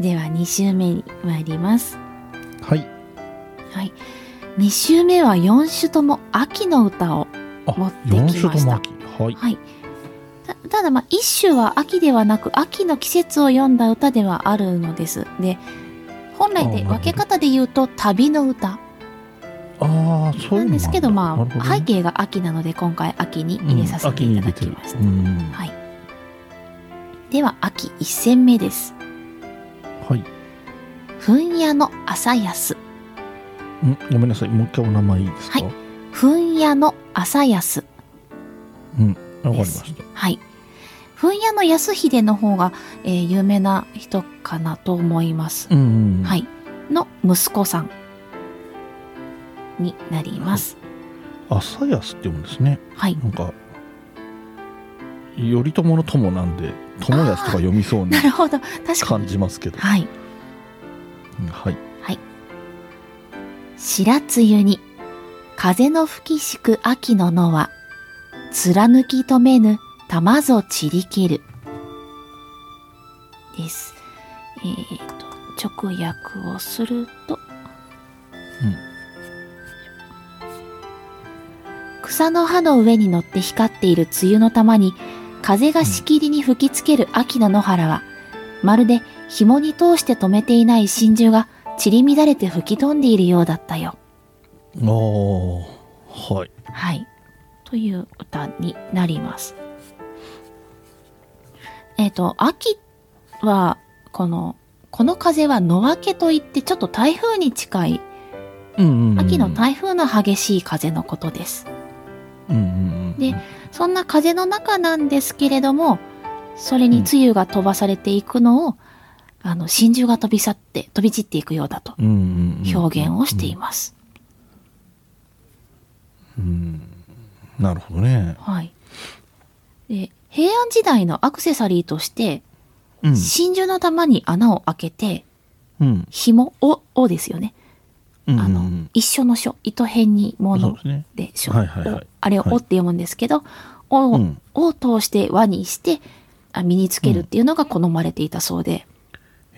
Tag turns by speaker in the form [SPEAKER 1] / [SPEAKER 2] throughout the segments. [SPEAKER 1] では2週目に参ります。
[SPEAKER 2] はい。
[SPEAKER 1] はい。2週目は4種とも秋の歌を。
[SPEAKER 2] あ
[SPEAKER 1] 持ってき
[SPEAKER 2] 四
[SPEAKER 1] ました
[SPEAKER 2] 種とも秋。はい。
[SPEAKER 1] はい。たただまあ一首は秋ではなく秋の季節を詠んだ歌ではあるのです。で、本来
[SPEAKER 2] あなる
[SPEAKER 1] で
[SPEAKER 2] ほど
[SPEAKER 1] 分け方で言うと旅の歌
[SPEAKER 2] ああ、そ
[SPEAKER 1] な
[SPEAKER 2] ういうのもある
[SPEAKER 1] んですけど、まあ、背
[SPEAKER 2] 景
[SPEAKER 1] 景が秋なので今回秋に入れさせていただきました。
[SPEAKER 2] うん、
[SPEAKER 1] はい。では、秋一戦目です。
[SPEAKER 2] はい。
[SPEAKER 1] ふんやの朝安。
[SPEAKER 2] うんごめんなさい。もう一回お名前いいですか。
[SPEAKER 1] はいふんやの朝安。
[SPEAKER 2] うん。わかりました。
[SPEAKER 1] はい。ふんやの安秀の方が、えー有名な人かなと思います。
[SPEAKER 2] うん、うん。。
[SPEAKER 1] はいい。の息子さんになります。
[SPEAKER 2] 朝安って読むんですね。
[SPEAKER 1] はい。
[SPEAKER 2] なんか。頼朝の友なんで、友安とか読みそうな
[SPEAKER 1] なるほど。確か
[SPEAKER 2] 感
[SPEAKER 1] に。
[SPEAKER 2] じますけど。
[SPEAKER 1] はい。
[SPEAKER 2] うんはい。
[SPEAKER 1] 白露に、風の吹きしく秋の野は、貫き止めぬ玉ぞ散り切る。です。えーと、直訳をすると、草の葉の上に乗って光っている梅雨の玉に、風がしきりに吹きつける秋の野原は、まるで紐に通して止めていない真珠が散り乱れて吹き飛んでいるようだったよ。
[SPEAKER 2] うん。ああ。はい。
[SPEAKER 1] はい。という歌になります。えっ、と、秋は、この、この風は野分けといって、ちょっと台風に近い、
[SPEAKER 2] うんうんうん、
[SPEAKER 1] 秋の台風の激しい風のことです。
[SPEAKER 2] うんうんうん、
[SPEAKER 1] でそんな風の中なんですけれども、それに梅雨が飛ばされていくのを、あの、真珠が飛び去って、飛び散っていくようだと
[SPEAKER 2] うんうんうん、
[SPEAKER 1] 表現をしています。
[SPEAKER 2] なるほどね。
[SPEAKER 1] はい。で、平安時代のアクセサリーとして、
[SPEAKER 2] うん。
[SPEAKER 1] 真珠の玉に穴を開けて、
[SPEAKER 2] うん。
[SPEAKER 1] 紐を、をですよね。
[SPEAKER 2] うん
[SPEAKER 1] あ
[SPEAKER 2] う
[SPEAKER 1] の
[SPEAKER 2] ん、
[SPEAKER 1] 一緒の書、糸辺に
[SPEAKER 2] うん、そう
[SPEAKER 1] 物
[SPEAKER 2] ですね。
[SPEAKER 1] で書、
[SPEAKER 2] はいはいはい
[SPEAKER 1] おあれを
[SPEAKER 2] はい
[SPEAKER 1] おって読むんですけど、おを、
[SPEAKER 2] うん
[SPEAKER 1] を通して輪にして、あ身につけるっていうのが好まれていたそうで。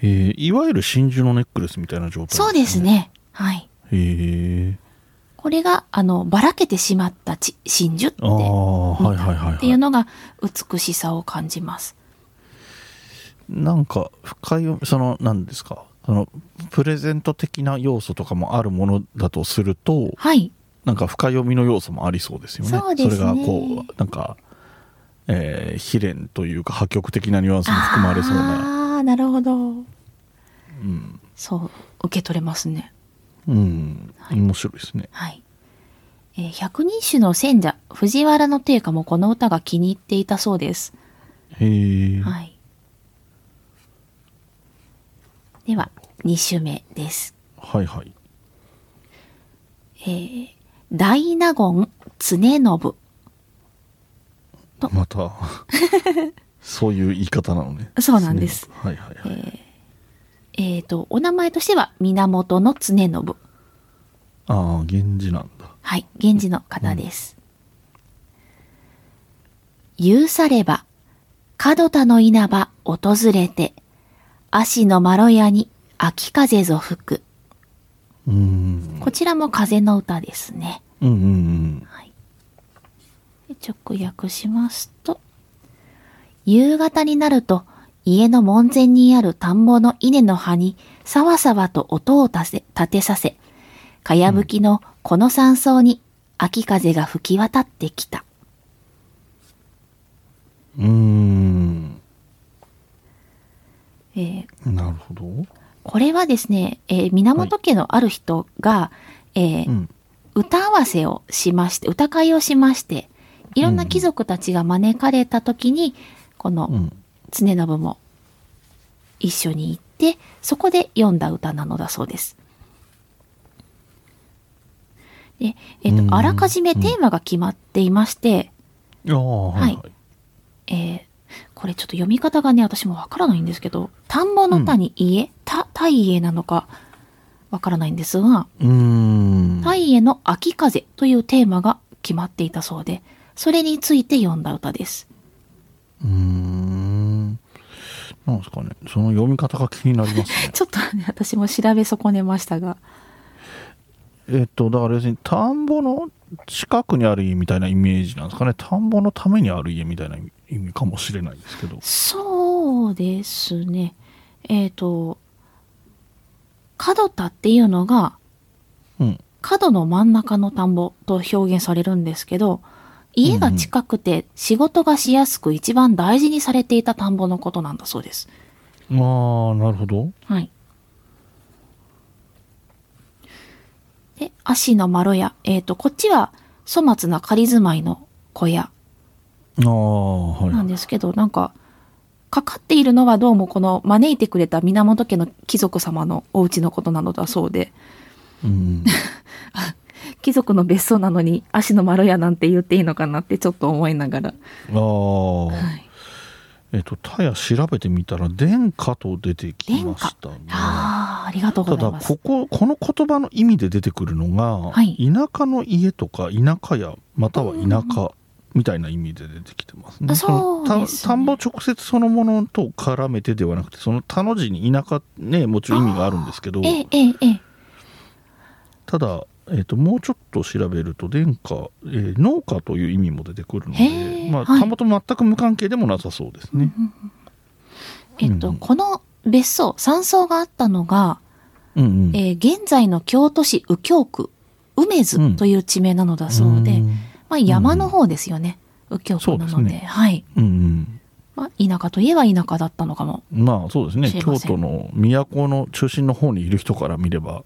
[SPEAKER 2] えー、いわゆる真珠のネックレスみたいな状態、
[SPEAKER 1] そうです。ね。はい。
[SPEAKER 2] へえ。
[SPEAKER 1] これが、あの、ばらけてしまったち真珠って
[SPEAKER 2] ああ、はいはいはい、
[SPEAKER 1] っていう
[SPEAKER 2] はい。
[SPEAKER 1] のが美しさを感じます。
[SPEAKER 2] なんか深いその何ですか。そのプレゼント的な要素とかもあるものだとすると、
[SPEAKER 1] はい。
[SPEAKER 2] なんか深読みの要素もありそうですよね。
[SPEAKER 1] そうですね
[SPEAKER 2] れがこうなんか、えー、秘伝というか破局的なニュアンスも含まれそうな。
[SPEAKER 1] ああ、なるほど。
[SPEAKER 2] うん。
[SPEAKER 1] そう、受け取れますね。
[SPEAKER 2] うん。
[SPEAKER 1] はい
[SPEAKER 2] 面白いですね。
[SPEAKER 1] はい。えー百人種の選者、藤原の定家もこの歌が気に入っていたそうです。
[SPEAKER 2] へえ。
[SPEAKER 1] はい。では、2首目です。
[SPEAKER 2] はいはい。
[SPEAKER 1] えー大納言常信。と
[SPEAKER 2] またそういう言い方なのね
[SPEAKER 1] そうなんです
[SPEAKER 2] はいはいはい、
[SPEAKER 1] えっ、と、お名前としては源の常信。
[SPEAKER 2] ああ源氏なんだ
[SPEAKER 1] はい、源氏の方です。許されば、角田の稲葉訪れて、足のまろやに秋風ぞ吹く。
[SPEAKER 2] うーん
[SPEAKER 1] こちらも風の歌ですね。
[SPEAKER 2] うんうんうん
[SPEAKER 1] で直訳しますと、夕方になると、家の門前にある田んぼの稲の葉に、さわさわと音を立て立てさせ、かやぶきのこの山荘に、秋風が吹き渡ってきた。
[SPEAKER 2] うーん
[SPEAKER 1] えー
[SPEAKER 2] なるほど
[SPEAKER 1] これはですね、えー源家のある人が、えー
[SPEAKER 2] うん
[SPEAKER 1] 歌合わせをしまして、歌会をしまして、いろんな貴族たちが招かれた時に、こ
[SPEAKER 2] う
[SPEAKER 1] の
[SPEAKER 2] ん
[SPEAKER 1] 常信も一緒に行って、そこで読んだ歌なのだそうです。で、えっ、
[SPEAKER 2] うん
[SPEAKER 1] と、あらかじめテーマが決まっていまして、
[SPEAKER 2] ああはいはい、
[SPEAKER 1] えーこれちょっと読み方がね、私もわからないんですけど、田んぼの田に家、た、田家なのか、わからないんですが、
[SPEAKER 2] うーん
[SPEAKER 1] タイへの秋風というテーマが決まっていたそうで、それについて読んだ歌です。
[SPEAKER 2] うーんなんですかねその読み方が気になりますね
[SPEAKER 1] ちょっとね、私も調べ損ねましたが。
[SPEAKER 2] えっとだから要するに田んぼの近くにある家みたいなイメージなんですかね田んぼのためにある家みたいな意味意味かもしれないですけど
[SPEAKER 1] そうですね。えっ、と、角田っていうのが、
[SPEAKER 2] うん
[SPEAKER 1] 角の真ん中の田んぼと表現されるんですけど、家が近くて仕事がしやすく一番大事にされていた田んぼのことなんだそうです。
[SPEAKER 2] ああなるほど
[SPEAKER 1] はい。で、足のまろや。えっ、と、こっちは粗末な仮住まいの小屋
[SPEAKER 2] ああはい
[SPEAKER 1] なんですけど、なんか、かかっているのはどうもこの招いてくれた源家の貴族様のお家のことなのだそうで、
[SPEAKER 2] うん、
[SPEAKER 1] 貴族の別荘なのに足のまろやなんて言っていいのかなってちょっと思いながら。
[SPEAKER 2] ああ、
[SPEAKER 1] はい。
[SPEAKER 2] えっとたや調べてみたら殿下と出てきましたね
[SPEAKER 1] ああ、ありがとうご
[SPEAKER 2] た
[SPEAKER 1] ざい
[SPEAKER 2] だ
[SPEAKER 1] ます。
[SPEAKER 2] こここの言葉の意味で出てくるのが、
[SPEAKER 1] はい
[SPEAKER 2] 田舎の家とか田舎やまたは田舎みたいな意味で出てきてますね。
[SPEAKER 1] あそう
[SPEAKER 2] の
[SPEAKER 1] ですね
[SPEAKER 2] 田田んぼ直接そのものと絡めてではなくてその田の字に田舎ねもちろん意味があるんですけど
[SPEAKER 1] ええ、ええ、ええ。
[SPEAKER 2] ただ、えっともうちょっと調べると殿下、えー農家という意味も出てくるの
[SPEAKER 1] へ
[SPEAKER 2] で、
[SPEAKER 1] ー
[SPEAKER 2] まあ、
[SPEAKER 1] はい
[SPEAKER 2] 田んぼと全く無関係でもなさそうですね。
[SPEAKER 1] えっと、
[SPEAKER 2] うんうん
[SPEAKER 1] この別荘、山荘があったのが、
[SPEAKER 2] うんうん
[SPEAKER 1] えー現在の京都市右京区梅津という地名なのだそうで、
[SPEAKER 2] うん
[SPEAKER 1] まあ、山の方ですよね、右京区な
[SPEAKER 2] そ
[SPEAKER 1] の
[SPEAKER 2] う
[SPEAKER 1] で
[SPEAKER 2] ですね
[SPEAKER 1] はい、
[SPEAKER 2] うん
[SPEAKER 1] まあ、田舎といえば田舎だったのかも
[SPEAKER 2] うん、まあそうですね
[SPEAKER 1] 知りま
[SPEAKER 2] 京
[SPEAKER 1] せん
[SPEAKER 2] 都の都の中心の方にいる人から見れば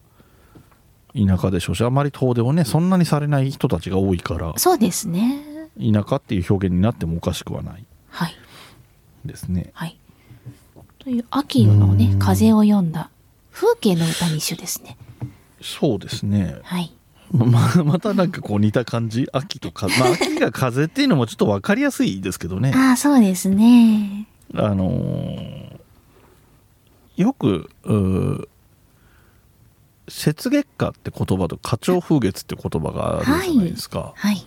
[SPEAKER 2] 田舎でしょうしあまり遠出をねそんなにされない人たちが多いから
[SPEAKER 1] そうですね
[SPEAKER 2] 田舎っていう表現になってもおかしくはない
[SPEAKER 1] はい
[SPEAKER 2] ですね。
[SPEAKER 1] はいという秋のね
[SPEAKER 2] うん
[SPEAKER 1] 風を読んだ風景の歌に一緒ですね
[SPEAKER 2] そうですね
[SPEAKER 1] はい
[SPEAKER 2] ままたなんかこう似た感じ秋とか、まあ、秋が風っていうのもちょっと分かりやすいですけ どね。
[SPEAKER 1] ああそうですね
[SPEAKER 2] あのーよくうー雪月花って言葉と花鳥風月って言葉があるじゃないですか、
[SPEAKER 1] はい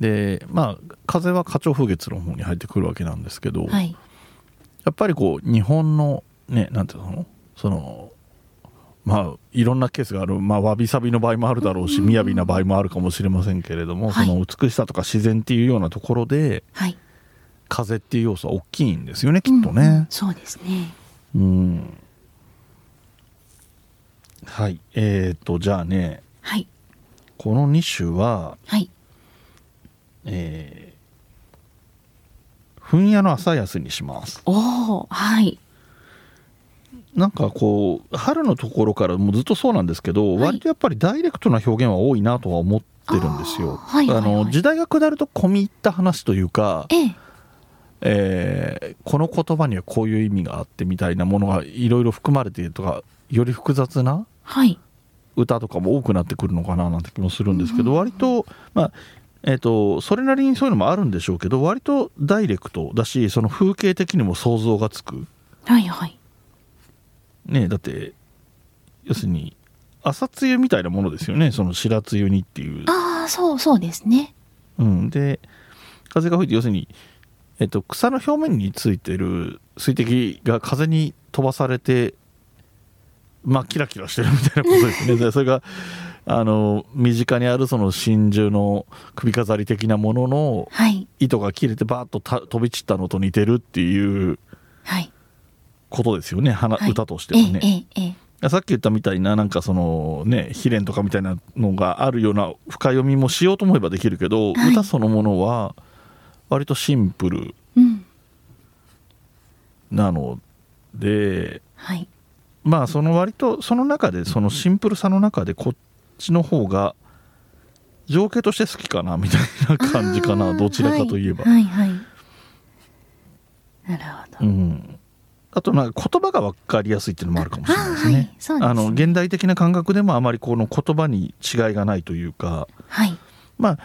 [SPEAKER 2] でまあ風は花鳥風月の方に入ってくるわけなんですけど、
[SPEAKER 1] は
[SPEAKER 2] や
[SPEAKER 1] い
[SPEAKER 2] っぱりこう日本のねなんていうのそのまあいろんなケースがある、まあ、わびさびの場合もあるだろうし雅な場合もあるかもしれませんけれども、
[SPEAKER 1] はい
[SPEAKER 2] その美しさとか自然っていうようなところで
[SPEAKER 1] はい
[SPEAKER 2] 風っていう要素は大きいんですよねきっとね。
[SPEAKER 1] うんうんそうですね
[SPEAKER 2] うんはいえー、とじゃあね
[SPEAKER 1] はい
[SPEAKER 2] この2種は
[SPEAKER 1] はい
[SPEAKER 2] えー、分野の朝安にします
[SPEAKER 1] おおはい
[SPEAKER 2] なんかこう春のところからもうずっとそうなんですけど、
[SPEAKER 1] はい
[SPEAKER 2] 割とやっぱりダイレクトな表現は多いなとは思ってるんですよ。
[SPEAKER 1] あーはいはいはい
[SPEAKER 2] あの時代が下ると込み入った話というか、
[SPEAKER 1] ええ
[SPEAKER 2] えーこの言葉にはこういう意味があってみたいなものがいろいろ含まれているとかより複雑な
[SPEAKER 1] はい
[SPEAKER 2] 歌とかも多くなってくるのかななんて気もするんですけど割とまあえっとそれなりにそういうのもあるんでしょうけど割とダイレクトだしその風景的にも想像がつく
[SPEAKER 1] はいはい
[SPEAKER 2] ねだって要するに朝露みたいなものですよねその白露にっていう。
[SPEAKER 1] ああそうそうですね
[SPEAKER 2] うん、で風が吹いて要するに、えっと、草の表面についてる水滴が風に飛ばされてまあキラキラしてるみたいなことです ねでそれがあの身近にあるその真珠の首飾り的なものの
[SPEAKER 1] はい
[SPEAKER 2] 糸が切れてバーッとた飛び散ったのと似てるっていう
[SPEAKER 1] はい
[SPEAKER 2] ことですよね花、
[SPEAKER 1] はい
[SPEAKER 2] 歌としてはね。
[SPEAKER 1] ええええ
[SPEAKER 2] さっき言ったみたいななんかそのね秘伝とかみたいなのがあるような深読みもしようと思えばできるけど、
[SPEAKER 1] はい
[SPEAKER 2] 歌そのものは割とシンプル
[SPEAKER 1] うん
[SPEAKER 2] なので
[SPEAKER 1] はい
[SPEAKER 2] まあその割とその中でそのシンプルさの中でこっちの方が情景として好きかなみたいな感じか
[SPEAKER 1] あ
[SPEAKER 2] な
[SPEAKER 1] ー
[SPEAKER 2] どちらかといえば。
[SPEAKER 1] はいはい、はいなるほ
[SPEAKER 2] う
[SPEAKER 1] ど、
[SPEAKER 2] んあとなんか言葉が分かりやすいっていうのもあるかもしれないです
[SPEAKER 1] あはい
[SPEAKER 2] ね。
[SPEAKER 1] そうですね
[SPEAKER 2] あの現代的な感覚でもあまりこの言葉に違いがないというか、
[SPEAKER 1] はい
[SPEAKER 2] まあ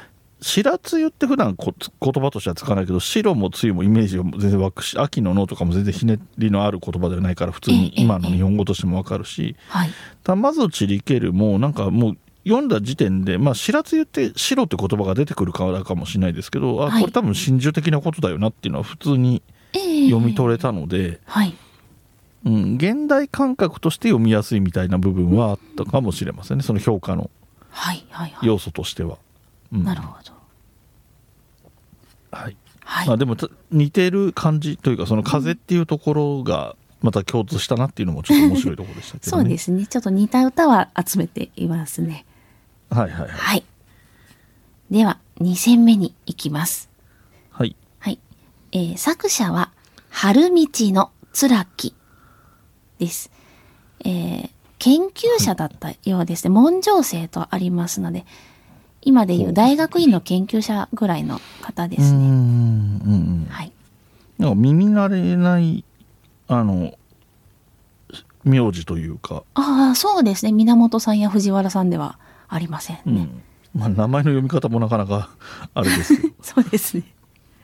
[SPEAKER 2] 白露って普段こ言葉としては使わないけど白も露もイメージを全然湧くし秋の「の」とかも全然ひねりのある言葉ではないから普通に
[SPEAKER 1] ええ
[SPEAKER 2] 今の
[SPEAKER 1] ええ
[SPEAKER 2] 日本語としてもわかるし
[SPEAKER 1] はい
[SPEAKER 2] 「たまずちりける」もなんかもう読んだ時点で、まあ、白露って白って言葉が出てくるからかもしれないですけどあ
[SPEAKER 1] はい
[SPEAKER 2] これ多分真珠的なことだよなっていうのは普通に
[SPEAKER 1] ええ
[SPEAKER 2] 読み取れたので、
[SPEAKER 1] はい。
[SPEAKER 2] うん、現代感覚として読みやすいみたいな部分はあったかもしれませんねその評価の
[SPEAKER 1] はい、はい、はい。
[SPEAKER 2] 要素としては。うん
[SPEAKER 1] なるほど。
[SPEAKER 2] はい
[SPEAKER 1] はい
[SPEAKER 2] まあ、。でもた似てる感じというかその風っていうところがまた共通したなっていうのもちょっと面白いところでしたけど
[SPEAKER 1] そ
[SPEAKER 2] ね。
[SPEAKER 1] うですね。ちょっと似た歌は集めていますね。
[SPEAKER 2] はいはいはい。
[SPEAKER 1] はい。では、2戦目に行きます。
[SPEAKER 2] はい、
[SPEAKER 1] はい。えー作者は、春道のつらきです。えー研究者だったようですね。門上生とありますので、今でいう大学院の研究者ぐらいの方で
[SPEAKER 2] うー
[SPEAKER 1] す
[SPEAKER 2] ん
[SPEAKER 1] ね。
[SPEAKER 2] うんうん
[SPEAKER 1] はい。
[SPEAKER 2] なんか耳慣れないあの名字というか、
[SPEAKER 1] ああ、そうですね。源さんや藤原さんではありません
[SPEAKER 2] うん
[SPEAKER 1] ね。
[SPEAKER 2] まあ、名前の読み方もなかなかあれで すけど、
[SPEAKER 1] そうですね。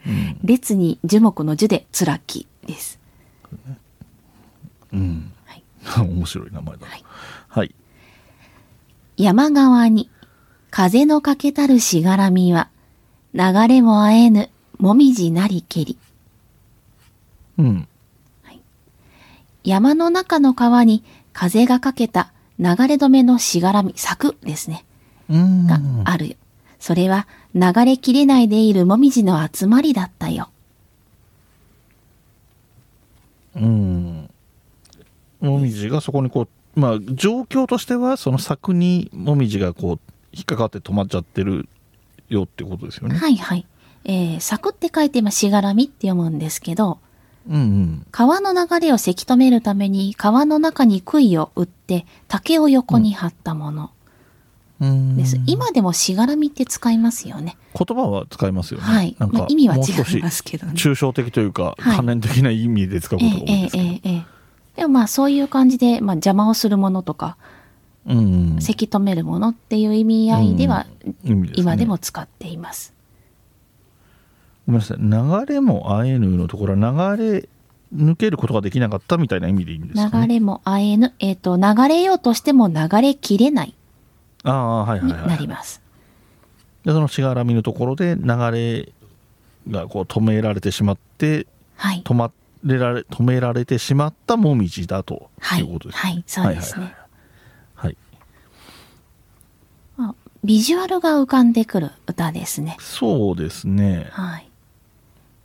[SPEAKER 2] うん
[SPEAKER 1] 列に樹木の樹でつらきです。
[SPEAKER 2] うん、
[SPEAKER 1] はい。
[SPEAKER 2] 面白い名前だな
[SPEAKER 1] はい
[SPEAKER 2] はい、
[SPEAKER 1] 山側に風のかけたるしがらみは流れもあえぬもみじなりけり
[SPEAKER 2] うん
[SPEAKER 1] 山の中の川に風がかけた流れ止めのしがらみ柵ですね
[SPEAKER 2] うーん
[SPEAKER 1] があるよ、それは流れきれないでいるもみじの集まりだったよ
[SPEAKER 2] うんもみじがそこにこうまあ状況としてはその柵にもみじがこう引っかかって止まっちゃってるよってことですよね。
[SPEAKER 1] はいはい、えー、柵って書いてまあしがらみって読むんですけど
[SPEAKER 2] うん
[SPEAKER 1] 川の流れをせき止めるために川の中に杭を打って竹を横に張ったもの、
[SPEAKER 2] うんうん
[SPEAKER 1] です。今でもしがらみって使いますよね。
[SPEAKER 2] 言葉は使いますよね。
[SPEAKER 1] はい。
[SPEAKER 2] なんか
[SPEAKER 1] まあ、意味は
[SPEAKER 2] もう
[SPEAKER 1] 違
[SPEAKER 2] 少
[SPEAKER 1] い
[SPEAKER 2] し
[SPEAKER 1] ますけどね。
[SPEAKER 2] 抽象的というか、
[SPEAKER 1] はい
[SPEAKER 2] 関連的な意味で使う
[SPEAKER 1] え
[SPEAKER 2] こと
[SPEAKER 1] え
[SPEAKER 2] が多いですけ
[SPEAKER 1] え
[SPEAKER 2] ど、
[SPEAKER 1] えええでもまあそういう感じで、まあ、邪魔をするものとか、
[SPEAKER 2] うんうん
[SPEAKER 1] せき止めるものっていう意味合いでは、
[SPEAKER 2] 意味すね
[SPEAKER 1] 今でも使っています。
[SPEAKER 2] ごめんなさい流れもあえぬのところは流れ抜けることができなかったみたいな意味でいいんですか、ね、
[SPEAKER 1] 流れもあえぬ、えっ、と、流れようとしても流れきれない
[SPEAKER 2] ああはいはい
[SPEAKER 1] に
[SPEAKER 2] はい、
[SPEAKER 1] なります。
[SPEAKER 2] でそのしがらみのところで流れがこう止められてしまって
[SPEAKER 1] はい。
[SPEAKER 2] 止まれられ止められてしまったもみじだと
[SPEAKER 1] はいい。
[SPEAKER 2] うことです、
[SPEAKER 1] はい。そうですね。
[SPEAKER 2] はいはい
[SPEAKER 1] まあ、ビジュアルが浮かんでくる歌ですね。
[SPEAKER 2] そうですね
[SPEAKER 1] はい。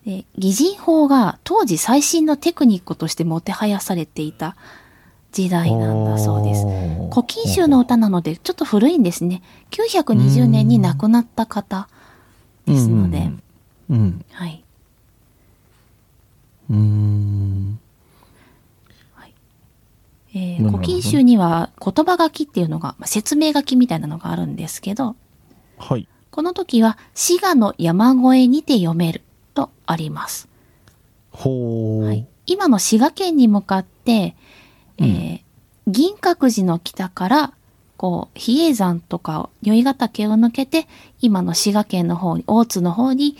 [SPEAKER 1] で、擬人法が当時最新のテクニックとしてもてはやされていた時代なんだそうです。
[SPEAKER 2] おー
[SPEAKER 1] 古今集の歌なのでちょっと古いんですね。920年に亡くなった方ですので。
[SPEAKER 2] うん
[SPEAKER 1] はい。
[SPEAKER 2] うんうん
[SPEAKER 1] えー
[SPEAKER 2] なるほど
[SPEAKER 1] 古今集には言葉書きっていうのが、まあ説明書きみたいなのがあるんですけど、
[SPEAKER 2] はい
[SPEAKER 1] この時は滋賀の山越えにて読めるとあります。
[SPEAKER 2] ほう、
[SPEAKER 1] はい、今の滋賀県に向かって、えー銀閣寺の北からこう比叡山とか宵ヶ岳を抜けて今の滋賀県の方に大津の方に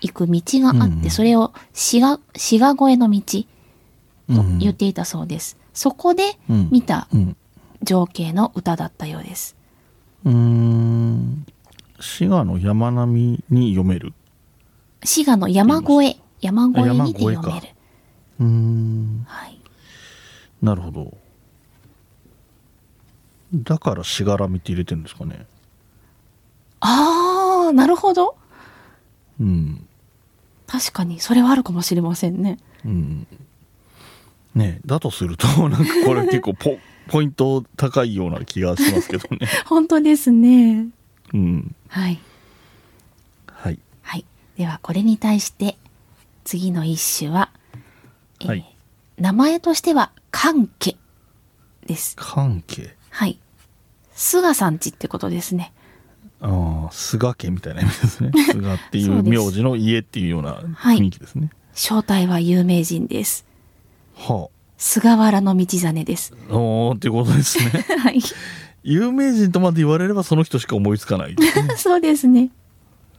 [SPEAKER 1] 行く道があって、
[SPEAKER 2] うんうん
[SPEAKER 1] それを滋賀滋賀越えの道
[SPEAKER 2] うんうん
[SPEAKER 1] 言っていたそうです、そこで
[SPEAKER 2] うん
[SPEAKER 1] 見た
[SPEAKER 2] うん
[SPEAKER 1] 情景の歌だったようです
[SPEAKER 2] うーん滋賀の山並みに読める
[SPEAKER 1] 滋賀の山越え山越えにて
[SPEAKER 2] あ山越えか
[SPEAKER 1] 読める
[SPEAKER 2] うーん
[SPEAKER 1] はい
[SPEAKER 2] なるほどだからしがらみって入れてるんですかね
[SPEAKER 1] ああなるほど
[SPEAKER 2] うん
[SPEAKER 1] 確かにそれはあるかもしれませんね
[SPEAKER 2] うんねえだとすると なんかこれ結構ポポイント高いような気がしますけど ね
[SPEAKER 1] 本当ですね
[SPEAKER 2] うん
[SPEAKER 1] はい
[SPEAKER 2] はい
[SPEAKER 1] はい。では、これに対して、次の一首は、えー
[SPEAKER 2] はい
[SPEAKER 1] 名前としては、関家です。
[SPEAKER 2] 関係
[SPEAKER 1] はい。菅さんちってことですね。
[SPEAKER 2] ああ菅家みたいな意味 ですね菅ってい
[SPEAKER 1] そううで
[SPEAKER 2] 名
[SPEAKER 1] す
[SPEAKER 2] 字の家っていうような
[SPEAKER 1] はい
[SPEAKER 2] 雰囲気ですね、
[SPEAKER 1] 正体は有名人です。
[SPEAKER 2] は
[SPEAKER 1] 菅原道真です。
[SPEAKER 2] あおーっていうことですね
[SPEAKER 1] はい。
[SPEAKER 2] 有名人とまで言われればその人しか思いつかないですね
[SPEAKER 1] そうですね。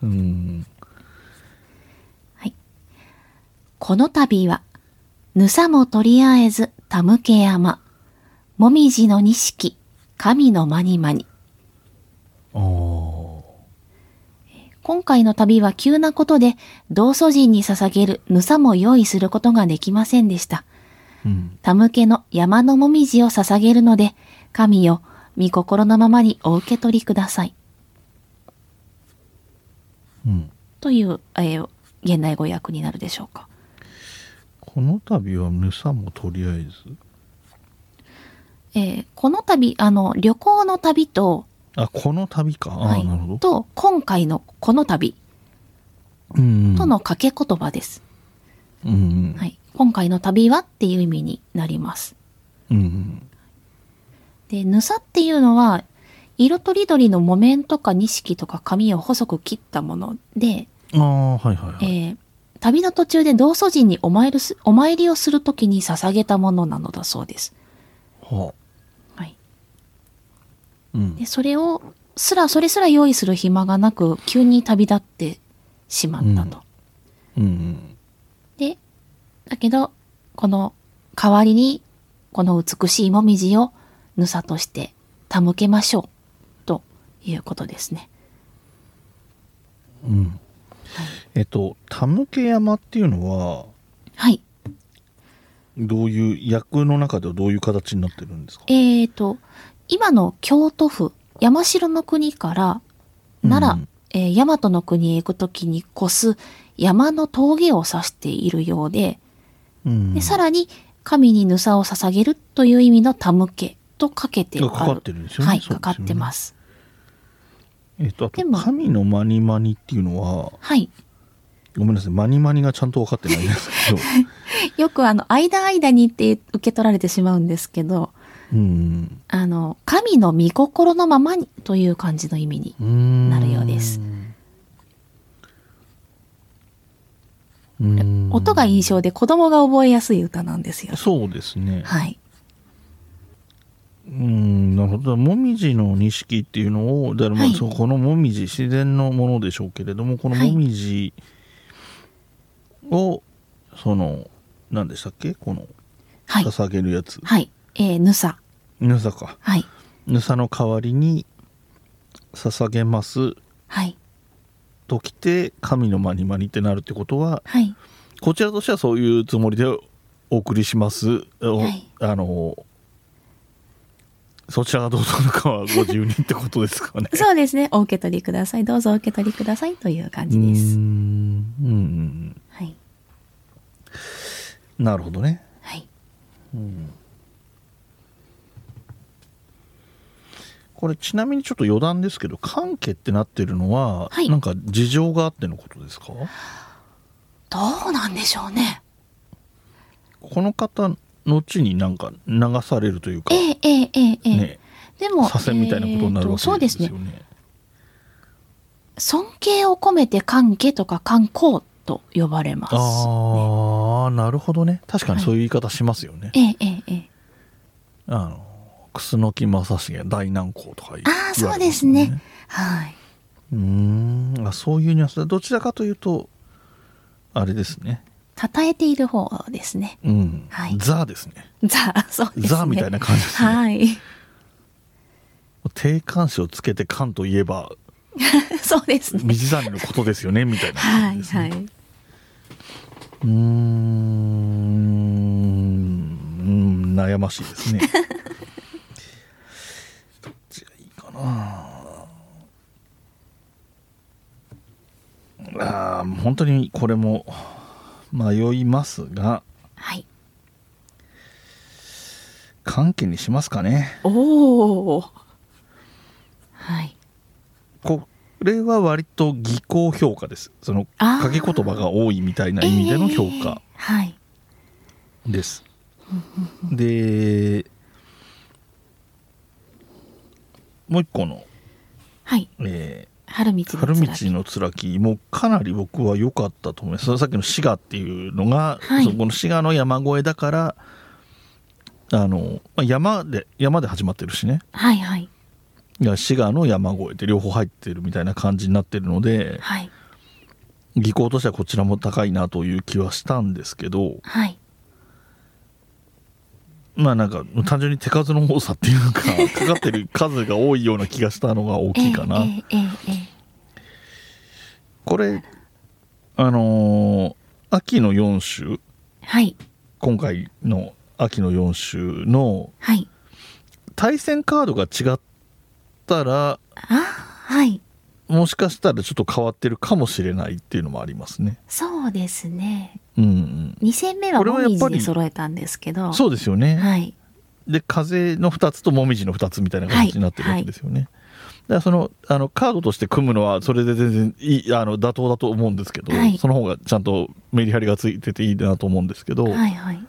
[SPEAKER 2] うん
[SPEAKER 1] この度は、ぬさもとりあえず、たむけ山、もみじの錦、神のまにまに。
[SPEAKER 2] ああ
[SPEAKER 1] 今回の旅は急なことで、道祖神に捧げる草も用意することができませんでした。
[SPEAKER 2] うん
[SPEAKER 1] 田向けの山のもみじを捧げるので、神よ、御心のままにお受け取りください。
[SPEAKER 2] うん、
[SPEAKER 1] という、えー現代語訳になるでしょうか。
[SPEAKER 2] この度はぬさもとりあえず
[SPEAKER 1] えーこの旅、あの、旅行の旅と、
[SPEAKER 2] あこの旅かあ、
[SPEAKER 1] はい
[SPEAKER 2] なるほど
[SPEAKER 1] と、今回のこの旅
[SPEAKER 2] うんうん
[SPEAKER 1] との掛け言葉です。
[SPEAKER 2] うんうん
[SPEAKER 1] はい。今回の旅はっていう意味になります。
[SPEAKER 2] うんうん
[SPEAKER 1] で、ぬさっていうのは、色とりどりの木綿とか錦とか紙を細く切ったもので、
[SPEAKER 2] ああはいはいはい、
[SPEAKER 1] えー旅の途中で道祖神にお参りすお参りをするときに捧げたものなのだそうです。
[SPEAKER 2] はあ
[SPEAKER 1] はい、
[SPEAKER 2] うん
[SPEAKER 1] でそれをすらそれすら用意する暇がなく急に旅立ってしまったと。
[SPEAKER 2] うんうん
[SPEAKER 1] でだけどこの代わりにこの美しいもみじをぬさとして手向けましょうということですね。
[SPEAKER 2] うんえっと田向山っていうのは
[SPEAKER 1] はい。
[SPEAKER 2] どういう役の中ではどういう形になってるんですか
[SPEAKER 1] えー、と今の京都府山城の国から奈良、
[SPEAKER 2] うん
[SPEAKER 1] えー大和の国へ行く時に越す山の峠を指しているようででさ
[SPEAKER 2] ら
[SPEAKER 1] らに神にぬさを捧げるという意味の「たむけ」とかけてある
[SPEAKER 2] がかかってるんですよね
[SPEAKER 1] はい
[SPEAKER 2] そうですよ
[SPEAKER 1] か
[SPEAKER 2] ね
[SPEAKER 1] かってます
[SPEAKER 2] えっとあ
[SPEAKER 1] で
[SPEAKER 2] と
[SPEAKER 1] も
[SPEAKER 2] 神のマニマニっていうのは
[SPEAKER 1] はい
[SPEAKER 2] ごめんなさいマニマニがちゃんと分かってないんです けど
[SPEAKER 1] よくあの「間間に」って受け取られてしまうんですけど
[SPEAKER 2] うん
[SPEAKER 1] あの神の御心のままにという感じの意味に
[SPEAKER 2] うん
[SPEAKER 1] なるようです
[SPEAKER 2] うん
[SPEAKER 1] 音が印象で子供が覚えやすい歌なんですよ。
[SPEAKER 2] そうですね
[SPEAKER 1] はい
[SPEAKER 2] うんなるほどもみじの錦っていうのをだからまあ、
[SPEAKER 1] はい
[SPEAKER 2] そうこのもみじ自然のものでしょうけれどもこの
[SPEAKER 1] はい
[SPEAKER 2] もみじを、その何でしたっけこの
[SPEAKER 1] はい
[SPEAKER 2] 捧げるやつ、
[SPEAKER 1] はい。えー、ぬさ。
[SPEAKER 2] ぬさか
[SPEAKER 1] はい。
[SPEAKER 2] ぬさの代わりに捧げます
[SPEAKER 1] はい。
[SPEAKER 2] ときて神のまにまにってなるってことは
[SPEAKER 1] はい。
[SPEAKER 2] こちらとしてはそういうつもりでお送りします、お
[SPEAKER 1] はい
[SPEAKER 2] あのそちらがどうするかはご自由にってことですか ね
[SPEAKER 1] そうですね。お受け取りください。どうぞお受け取りくださいという感
[SPEAKER 2] うー
[SPEAKER 1] じ
[SPEAKER 2] ん
[SPEAKER 1] です。
[SPEAKER 2] うんうん
[SPEAKER 1] はい。
[SPEAKER 2] うんなるほどね
[SPEAKER 1] はい。
[SPEAKER 2] これちなみにちょっと余談ですけど関係ってなってるのは、
[SPEAKER 1] はい
[SPEAKER 2] なんか事情があってのことですか
[SPEAKER 1] どうなんでしょうね。
[SPEAKER 2] この方後になんか流されるというか、
[SPEAKER 1] ええええええええ
[SPEAKER 2] ね
[SPEAKER 1] でも、
[SPEAKER 2] 左遷みたいなことになる
[SPEAKER 1] えー
[SPEAKER 2] わ
[SPEAKER 1] とそう
[SPEAKER 2] け
[SPEAKER 1] で
[SPEAKER 2] です
[SPEAKER 1] すね
[SPEAKER 2] よ。ね。
[SPEAKER 1] 尊敬を込めて関係とか観光と呼ばれます。
[SPEAKER 2] ああ、なるほどね。確かに
[SPEAKER 1] はい
[SPEAKER 2] そういう言い方しますよね。
[SPEAKER 1] ええええええ
[SPEAKER 2] あの、楠木正成大難航とか言
[SPEAKER 1] ああ、
[SPEAKER 2] 言
[SPEAKER 1] そ
[SPEAKER 2] わ
[SPEAKER 1] う
[SPEAKER 2] れま
[SPEAKER 1] ですね。はい。
[SPEAKER 2] うーん、あそういうニュアンスだ。どちらかというと、あれですね。
[SPEAKER 1] 称えている方ですね。
[SPEAKER 2] うん。
[SPEAKER 1] はい
[SPEAKER 2] ザですね。
[SPEAKER 1] ザ、そうですね。
[SPEAKER 2] ザみたいな感じですね。
[SPEAKER 1] はい。
[SPEAKER 2] 定冠詞をつけて冠といえ ば、
[SPEAKER 1] そうですね。
[SPEAKER 2] 水谷のことですよね、みたいな
[SPEAKER 1] はい、
[SPEAKER 2] 感じですね、
[SPEAKER 1] はいう
[SPEAKER 2] ーん、うん悩ましいで すね。どっちがいいかな。あー本当にこれも迷いますが、
[SPEAKER 1] はい。
[SPEAKER 2] 関係にしますかね。
[SPEAKER 1] おお。はい。
[SPEAKER 2] これは割と技巧評価です。その
[SPEAKER 1] あー
[SPEAKER 2] 掛け言葉が多いみたいな意味での評価。
[SPEAKER 1] ええはい。
[SPEAKER 2] です。で、もう一個の、
[SPEAKER 1] はい。
[SPEAKER 2] え
[SPEAKER 1] 春道
[SPEAKER 2] ー
[SPEAKER 1] の
[SPEAKER 2] 春道
[SPEAKER 1] 貫
[SPEAKER 2] のつらきもかなり僕は良かったと思います。そのさっきの滋賀っていうのが、
[SPEAKER 1] はい
[SPEAKER 2] そこの滋賀の山越えだから、あの、まあ山で、山で始まってるしね。
[SPEAKER 1] はいはい
[SPEAKER 2] いや滋賀の山越えって両方入ってるみたいな感じになってるので、
[SPEAKER 1] はい
[SPEAKER 2] 技巧としてはこちらも高いなという気はしたんですけど、
[SPEAKER 1] はい
[SPEAKER 2] まあなんか単純に手数の多さっていうかかかってる数が多いような気がしたのが大きいかな。
[SPEAKER 1] ええええええ
[SPEAKER 2] これあのー秋の4種
[SPEAKER 3] はい。
[SPEAKER 2] 今回の秋の4種の
[SPEAKER 3] はい。
[SPEAKER 2] 対戦カードが違ったら
[SPEAKER 3] あ、はい。
[SPEAKER 2] もしかしたらちょっと変わってるかもしれないっていうのもありますね。
[SPEAKER 3] そうですね。
[SPEAKER 2] うんうん、
[SPEAKER 3] 2戦目は
[SPEAKER 2] これは
[SPEAKER 3] も
[SPEAKER 2] やっぱり
[SPEAKER 3] みじで揃えたんですけど。
[SPEAKER 2] そうですよね。
[SPEAKER 3] はい。
[SPEAKER 2] で風の2つともみじの2つみたいな形になってるわけですよね。だからそのあのカードとして組むのはそれで全然いいあの妥当だと思うんですけど、
[SPEAKER 3] はい
[SPEAKER 2] その方がちゃんとメリハリがついてていいなと思うんですけど、
[SPEAKER 3] はいはい。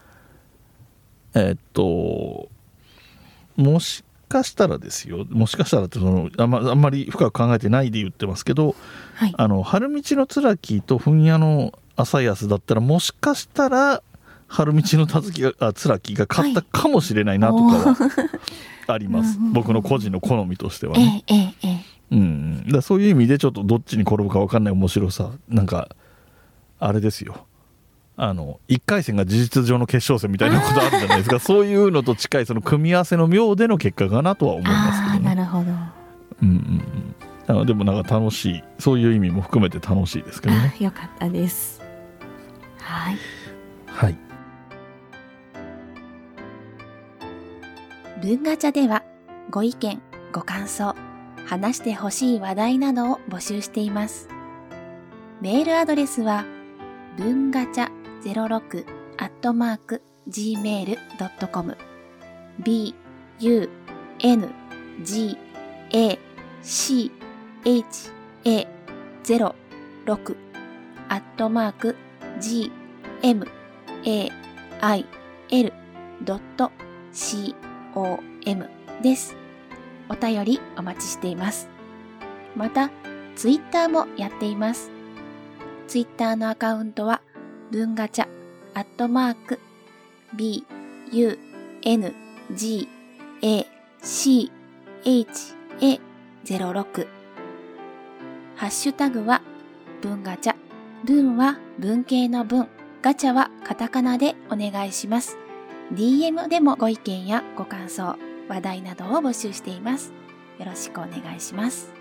[SPEAKER 2] えっともしかしたらですよもしかしたらってそのあん,、まあんまり深く考えてないで言ってますけど
[SPEAKER 3] はい。
[SPEAKER 2] あの春道のつらきと糞屋の朝安だったらもしかしたら春道のたずきがあつらきが勝ったかもしれないなとかはあります、
[SPEAKER 3] うんうんうん
[SPEAKER 2] 僕の個人の好みとしては
[SPEAKER 3] え
[SPEAKER 2] ね、
[SPEAKER 3] えええええ。
[SPEAKER 2] うんうん、だからそういう意味でちょっとどっちに転ぶか分かんない面白さなんかあれですよあの1回戦が事実上の決勝戦みたいなことあるじゃないですかそういうのと近いその組み合わせの妙での結果かなとは思います
[SPEAKER 3] ああー、
[SPEAKER 2] けど
[SPEAKER 3] な
[SPEAKER 2] ね
[SPEAKER 3] るほど。
[SPEAKER 2] うんうんうんあのでもなんか楽しいそういう意味も含めて楽しいですけどね
[SPEAKER 3] あよかったです。はい。
[SPEAKER 2] はい
[SPEAKER 1] 文ガチャではご意見、ご感想、話してほしい話題などを募集しています。メールアドレスは文ガチャ06アットマーク gmail.com b u n g a c h a 06アットマーク g m a i l.com OM です。お便りお待ちしています。また、ツイッターもやっています。ツイッターのアカウントは、文ガチャ、アットマーク、b, u, n, g, a, c, h, a, 06。ハッシュタグは、文ガチャ。文は文系の文、ガチャはカタカナでお願いします。DM でもご意見やご感想、話題などを募集しています。よろしくお願いします。